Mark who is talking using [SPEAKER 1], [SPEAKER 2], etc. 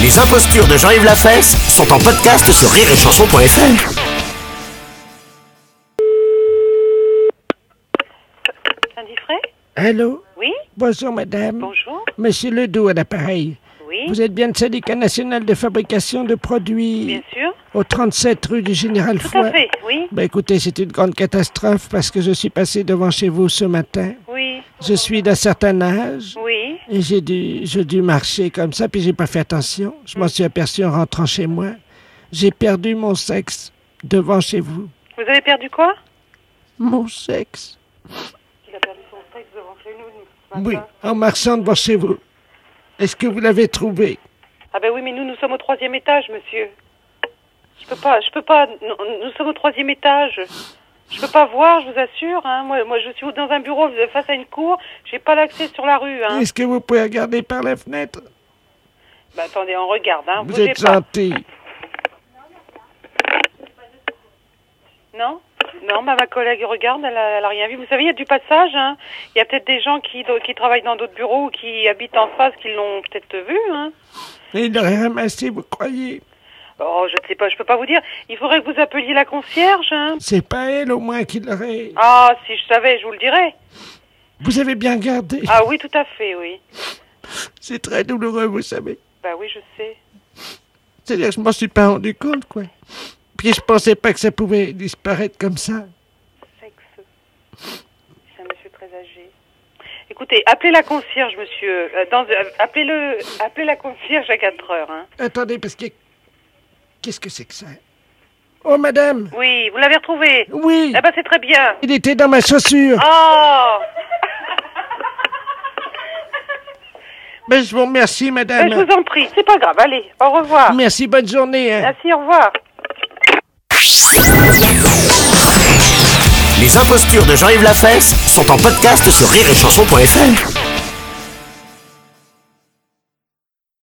[SPEAKER 1] Les impostures de Jean-Yves Lafesse sont en podcast sur rireetchanson.fr.
[SPEAKER 2] Sandy Frey
[SPEAKER 3] Allô
[SPEAKER 2] Oui,
[SPEAKER 3] Bonjour, madame.
[SPEAKER 2] bonjour.
[SPEAKER 3] Monsieur Ledoux à l'appareil.
[SPEAKER 2] Oui,
[SPEAKER 3] Vous êtes bien le syndicat national de fabrication de produits
[SPEAKER 2] bien sûr.
[SPEAKER 3] au 37 rue du Général
[SPEAKER 2] Tout à
[SPEAKER 3] Foy.
[SPEAKER 2] fait, oui,
[SPEAKER 3] Bah écoutez, c'est une grande catastrophe parce que je suis passé devant chez vous ce matin.
[SPEAKER 2] oui,
[SPEAKER 3] Je suis d'un certain âge
[SPEAKER 2] oui.
[SPEAKER 3] et j'ai dû, j'ai dû marcher comme ça, puis j'ai pas fait attention. Je m'en suis aperçu en rentrant chez moi. J'ai perdu mon sexe devant chez vous.
[SPEAKER 2] Vous avez perdu quoi
[SPEAKER 3] Mon sexe
[SPEAKER 2] Il a perdu son sexe devant chez nous ce
[SPEAKER 3] Oui, en marchant devant chez vous. Est-ce que vous l'avez trouvé
[SPEAKER 2] Ah ben oui, mais nous, nous sommes au troisième étage, monsieur. Je peux pas, je peux pas. Nous, nous sommes au troisième étage. Je peux pas voir, je vous assure. Hein. Moi, moi, je suis dans un bureau face à une cour. J'ai pas l'accès sur la rue. Hein.
[SPEAKER 3] Est-ce que vous pouvez regarder par la fenêtre
[SPEAKER 2] Bah, attendez, on regarde. Hein.
[SPEAKER 3] Vous
[SPEAKER 2] Bougez
[SPEAKER 3] êtes
[SPEAKER 2] pas.
[SPEAKER 3] gentil.
[SPEAKER 2] Non Non, bah, ma collègue regarde, elle a, elle a rien vu. Vous savez, il y a du passage. hein. Il y a peut-être des gens qui, do- qui travaillent dans d'autres bureaux ou qui habitent en face qui l'ont peut-être vu. Hein.
[SPEAKER 3] Il aurait ramassé, vous croyez
[SPEAKER 2] Oh, je ne sais pas, je peux pas vous dire. Il faudrait que vous appeliez la concierge. Hein.
[SPEAKER 3] C'est pas elle au moins qui l'aurait.
[SPEAKER 2] Ah, si je savais, je vous le dirais.
[SPEAKER 3] Vous avez bien gardé.
[SPEAKER 2] Ah oui, tout à fait, oui.
[SPEAKER 3] C'est très douloureux, vous savez.
[SPEAKER 2] Bah oui, je sais.
[SPEAKER 3] C'est-à-dire que je m'en suis pas rendu compte, quoi. Puis je pensais pas que ça pouvait disparaître comme ça.
[SPEAKER 2] Sexe. C'est un monsieur très âgé. Écoutez, appelez la concierge, monsieur. Euh, dans- euh, appelez-le, appelez la concierge à 4 heures. Hein.
[SPEAKER 3] Attendez, parce que. Qu'est-ce que c'est que ça Oh, madame
[SPEAKER 2] Oui, vous l'avez retrouvé.
[SPEAKER 3] Oui
[SPEAKER 2] Ah bah c'est très bien.
[SPEAKER 3] Il était dans ma chaussure
[SPEAKER 2] Oh
[SPEAKER 3] Mais je vous remercie,
[SPEAKER 2] Ben,
[SPEAKER 3] madame
[SPEAKER 2] je vous en prie, c'est pas grave, allez, au revoir.
[SPEAKER 3] Merci, bonne journée hein.
[SPEAKER 2] Merci, au revoir.
[SPEAKER 1] Les impostures de Jean-Yves Lafesse sont en podcast sur rireetchanson.fr.